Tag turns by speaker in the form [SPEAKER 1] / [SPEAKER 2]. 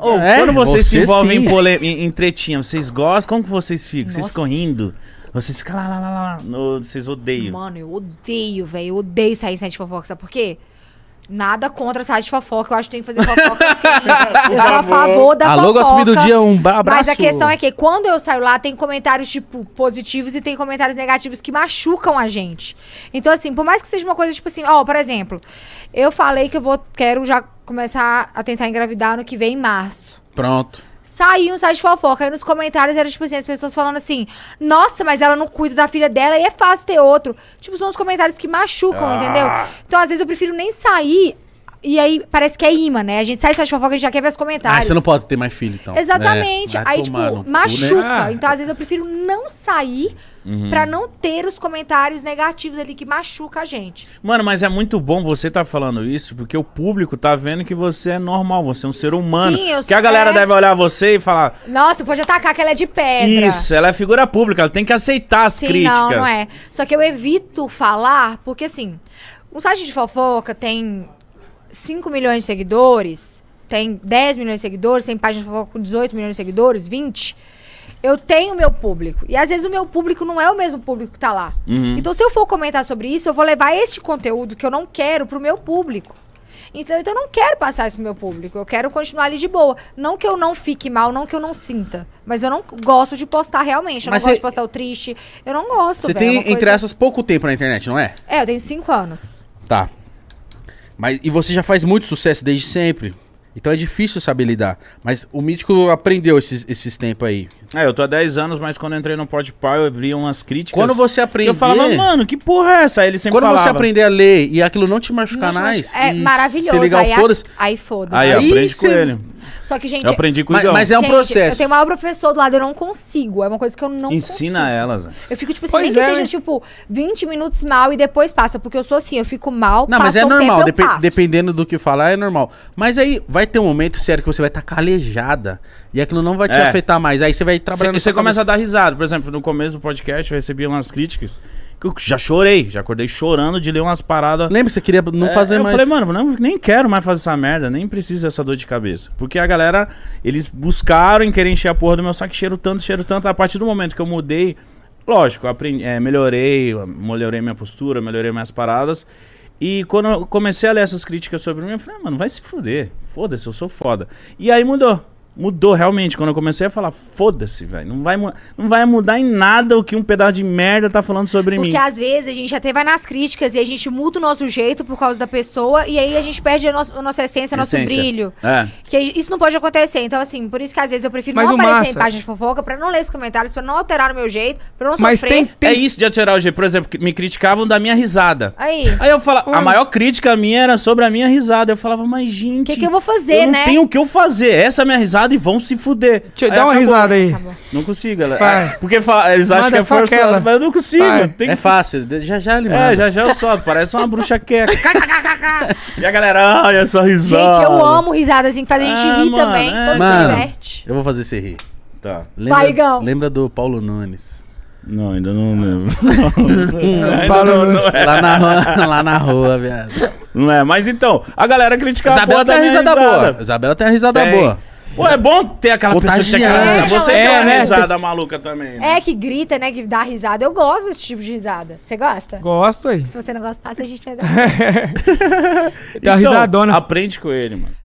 [SPEAKER 1] Ou,
[SPEAKER 2] É,
[SPEAKER 1] quando vocês
[SPEAKER 2] você
[SPEAKER 1] se envolvem
[SPEAKER 2] sim.
[SPEAKER 1] em, pole- em- em tretinha, vocês gostam? Como que vocês ficam? Vocês
[SPEAKER 3] Nossa.
[SPEAKER 1] ficam rindo? Vocês ficam lá, lá, lá, lá, lá. No- vocês odeiam.
[SPEAKER 3] Mano, eu odeio, velho. Eu odeio sair em site de fofoca. Sabe por quê? Nada contra site de fofoca. Eu acho que tem que fazer fofoca assim. Eu sou a favor da
[SPEAKER 2] Alô,
[SPEAKER 3] fofoca.
[SPEAKER 2] Gossip do Dia, um ba- abraço.
[SPEAKER 3] Mas a questão é que quando eu saio lá, tem comentários, tipo, positivos e tem comentários negativos que machucam a gente. Então, assim, por mais que seja uma coisa, tipo assim, ó, por exemplo, eu falei que eu vou, quero já começar a tentar engravidar no que vem em março.
[SPEAKER 2] Pronto.
[SPEAKER 3] Saiu um site de fofoca. Aí nos comentários era, tipo assim, as pessoas falando assim, nossa, mas ela não cuida da filha dela e é fácil ter outro. Tipo, são os comentários que machucam,
[SPEAKER 2] Ah.
[SPEAKER 3] entendeu? Então, às vezes, eu prefiro nem sair. E aí, parece que é imã, né? A gente sai do site de fofoca, a gente já quer ver os
[SPEAKER 2] Ah,
[SPEAKER 3] comentários.
[SPEAKER 2] você não pode ter mais filho, então.
[SPEAKER 3] Exatamente.
[SPEAKER 2] É, vai
[SPEAKER 3] aí, tipo,
[SPEAKER 2] tomar no cu, né?
[SPEAKER 3] machuca.
[SPEAKER 2] Ah, Uhum.
[SPEAKER 3] Então, às vezes, eu prefiro não sair pra não ter os comentários negativos ali que machuca a gente.
[SPEAKER 1] Mano, mas é muito bom você tá falando isso, porque o público tá vendo que você é normal, você é um ser humano.
[SPEAKER 3] Sim, eu
[SPEAKER 1] que a
[SPEAKER 3] sou-
[SPEAKER 1] galera
[SPEAKER 3] é.
[SPEAKER 1] deve olhar você e falar:
[SPEAKER 3] Nossa, pode atacar que ela é de pedra.
[SPEAKER 1] Isso, ela é figura pública, ela tem que aceitar as
[SPEAKER 3] Sim,
[SPEAKER 1] críticas.
[SPEAKER 3] não, não é. Só que eu evito falar, porque assim, um site de fofoca tem 5 milhões de seguidores, tem 10 milhões de seguidores, tem página de fofoca com 18 milhões de seguidores, 20. Eu tenho meu público. E às vezes o meu público não é o mesmo público que tá lá.
[SPEAKER 1] Uhum.
[SPEAKER 3] Então, se eu for comentar sobre isso, eu vou levar este conteúdo que eu não quero pro meu público. Então, então eu não quero passar isso pro meu público. Eu quero continuar ali de boa. Não que eu não fique mal, não que eu não sinta. Mas eu não gosto de postar realmente. Eu
[SPEAKER 2] Mas
[SPEAKER 3] não
[SPEAKER 2] cê-
[SPEAKER 3] gosto de postar o triste. Eu não gosto,
[SPEAKER 2] Você
[SPEAKER 3] velho, é
[SPEAKER 2] tem,
[SPEAKER 3] uma coisa-
[SPEAKER 2] entre essas, pouco tempo na internet, não é?
[SPEAKER 3] É, eu tenho cinco anos.
[SPEAKER 2] Tá. Mas, e você já faz muito sucesso desde sempre. Então é difícil saber lidar. Mas o Mítico aprendeu esses, esses tempos aí.
[SPEAKER 1] É, eu tô há 10 anos, mas quando eu entrei no Podpah, eu vi umas críticas.
[SPEAKER 2] Quando você aprender...
[SPEAKER 1] Eu falava, mano, que porra é essa? Aí ele sempre
[SPEAKER 2] Quando
[SPEAKER 1] falava.
[SPEAKER 2] você aprender a ler e aquilo não te machucar
[SPEAKER 3] Nossa, mas
[SPEAKER 2] mais...
[SPEAKER 3] É
[SPEAKER 2] e
[SPEAKER 3] maravilhoso.
[SPEAKER 2] Se ligar
[SPEAKER 3] aí,
[SPEAKER 2] o
[SPEAKER 3] a-
[SPEAKER 2] foda-se...
[SPEAKER 3] aí foda-se.
[SPEAKER 1] Aí,
[SPEAKER 2] Aí
[SPEAKER 1] aprende
[SPEAKER 2] cê-
[SPEAKER 1] com ele.
[SPEAKER 3] Só que, gente.
[SPEAKER 1] Eu aprendi com o
[SPEAKER 2] Mas,
[SPEAKER 1] Igão.
[SPEAKER 2] mas é um
[SPEAKER 3] gente, Eu
[SPEAKER 2] processo.
[SPEAKER 3] tenho o maior professor do lado, eu não consigo. É uma coisa que eu não
[SPEAKER 1] Ensina
[SPEAKER 3] consigo.
[SPEAKER 1] elas. Zé.
[SPEAKER 3] Eu fico, tipo assim,
[SPEAKER 1] Pois
[SPEAKER 3] nem que
[SPEAKER 1] é,
[SPEAKER 3] seja,
[SPEAKER 1] né?
[SPEAKER 3] tipo, 20 minutos mal e depois passa. Porque eu sou assim, eu fico mal,
[SPEAKER 2] Não, mas
[SPEAKER 3] passa
[SPEAKER 2] é
[SPEAKER 3] um tempo,
[SPEAKER 2] normal,
[SPEAKER 3] eu
[SPEAKER 2] depe-
[SPEAKER 3] passo.
[SPEAKER 2] dependendo do que falar, é normal. Mas aí vai ter um momento sério que você vai estar calejada e aquilo não vai te
[SPEAKER 1] É.
[SPEAKER 2] afetar mais. Aí você vai
[SPEAKER 1] Você
[SPEAKER 2] trabalhando.
[SPEAKER 1] você
[SPEAKER 2] com a
[SPEAKER 1] começa a dar risada. Por exemplo, no começo do podcast eu recebi umas críticas que eu já chorei, já acordei chorando de ler umas paradas.
[SPEAKER 2] cabeça. Lembra que você queria não
[SPEAKER 1] É,
[SPEAKER 2] fazer
[SPEAKER 1] eu
[SPEAKER 2] mais.
[SPEAKER 1] falei, mano, não, nem quero mais fazer essa merda, nem preciso dessa dor de cabeça. Porque a galera, eles buscaram em querer encher a porra do meu saco, cheiro tanto, cheiro tanto. A partir do momento que eu mudei, lógico, eu aprendi, é, melhorei, eu melhorei minha postura, melhorei minhas paradas. E quando eu comecei a ler essas críticas sobre mim, eu falei, ah, mano, vai se fuder. Foda-se, eu sou foda. E aí mudou. Mudou realmente. Quando eu comecei a falar, foda-se, velho. Não, vai mu- não vai mudar em nada o que um pedaço de merda tá falando sobre mim.
[SPEAKER 3] Porque às vezes a gente até vai nas críticas e a gente muda o nosso jeito por causa da pessoa e aí a gente perde a, nossa- a nossa essência, o nosso
[SPEAKER 1] Essência.
[SPEAKER 3] brilho.
[SPEAKER 1] É.
[SPEAKER 3] Que isso não pode acontecer. Então, assim, por isso que às vezes eu prefiro
[SPEAKER 4] Mas
[SPEAKER 3] não
[SPEAKER 4] o
[SPEAKER 3] aparecer
[SPEAKER 4] massa-
[SPEAKER 3] em página de fofoca pra não ler os comentários, pra não alterar o meu jeito, pra não
[SPEAKER 4] Mas
[SPEAKER 3] sofrer.
[SPEAKER 4] tem, tem
[SPEAKER 1] É isso de atirar o jeito. Por exemplo, que me criticavam da minha risada.
[SPEAKER 3] Aí.
[SPEAKER 1] Aí eu falava, a
[SPEAKER 4] Olha.
[SPEAKER 1] maior crítica minha era sobre a minha risada. Eu falava, mas gente.
[SPEAKER 3] Que que eu vou fazer,
[SPEAKER 1] eu não
[SPEAKER 3] né?"
[SPEAKER 1] tenho o que eu fazer. Essa é a minha risada e vão se fuder.
[SPEAKER 4] Tio,
[SPEAKER 1] Aí
[SPEAKER 4] dá uma
[SPEAKER 1] acabou.
[SPEAKER 4] risada aí.
[SPEAKER 3] Acabou.
[SPEAKER 1] Não consigo, galera.
[SPEAKER 4] Vai.
[SPEAKER 1] É, Porque fala- eles acham
[SPEAKER 4] Manda
[SPEAKER 1] que é
[SPEAKER 4] só
[SPEAKER 1] forçado,
[SPEAKER 4] aquela.
[SPEAKER 1] mas eu não consigo.
[SPEAKER 4] Vai.
[SPEAKER 1] Tem
[SPEAKER 2] É
[SPEAKER 1] que...
[SPEAKER 2] fácil, de- já já ele
[SPEAKER 1] É,
[SPEAKER 2] manda.
[SPEAKER 1] já já eu solto. Parece uma bruxa queca. e a galera, ai, essa risada.
[SPEAKER 3] Gente, eu amo risadas assim, que faz a gente
[SPEAKER 1] Ah,
[SPEAKER 3] rir
[SPEAKER 1] mano,
[SPEAKER 3] também.
[SPEAKER 1] é.
[SPEAKER 3] Todo se
[SPEAKER 2] Mano.
[SPEAKER 3] diverte.
[SPEAKER 2] Eu vou fazer você rir.
[SPEAKER 1] Tá.
[SPEAKER 2] Lembra,
[SPEAKER 3] Vai, Igão.
[SPEAKER 2] lembra do Paulo Nunes.
[SPEAKER 1] Não, ainda não lembro. Ainda
[SPEAKER 4] Paulo-
[SPEAKER 1] não, não é.
[SPEAKER 2] Lá na rua, lá na rua, viado.
[SPEAKER 1] Não é, mas então, a galera criticava a porra
[SPEAKER 2] Isabela
[SPEAKER 1] da
[SPEAKER 2] tem a
[SPEAKER 1] minha
[SPEAKER 2] risada
[SPEAKER 1] risada.
[SPEAKER 2] boa. Isabela tem a risada
[SPEAKER 1] Tem.
[SPEAKER 2] Tá boa.
[SPEAKER 1] Pô, é bom ter aquela pessoa que tem aquela
[SPEAKER 2] Contagiante.
[SPEAKER 1] risada. Você
[SPEAKER 4] É,
[SPEAKER 1] tem uma
[SPEAKER 4] né?
[SPEAKER 1] risada maluca também. né?
[SPEAKER 3] É que grita, né? Que dá risada. Eu gosto desse tipo de risada. Você gosta?
[SPEAKER 4] Gosto aí.
[SPEAKER 3] Se você não gostasse, a gente vai dar.
[SPEAKER 4] Tem uma risadona.
[SPEAKER 1] Então, Aprende com ele, mano.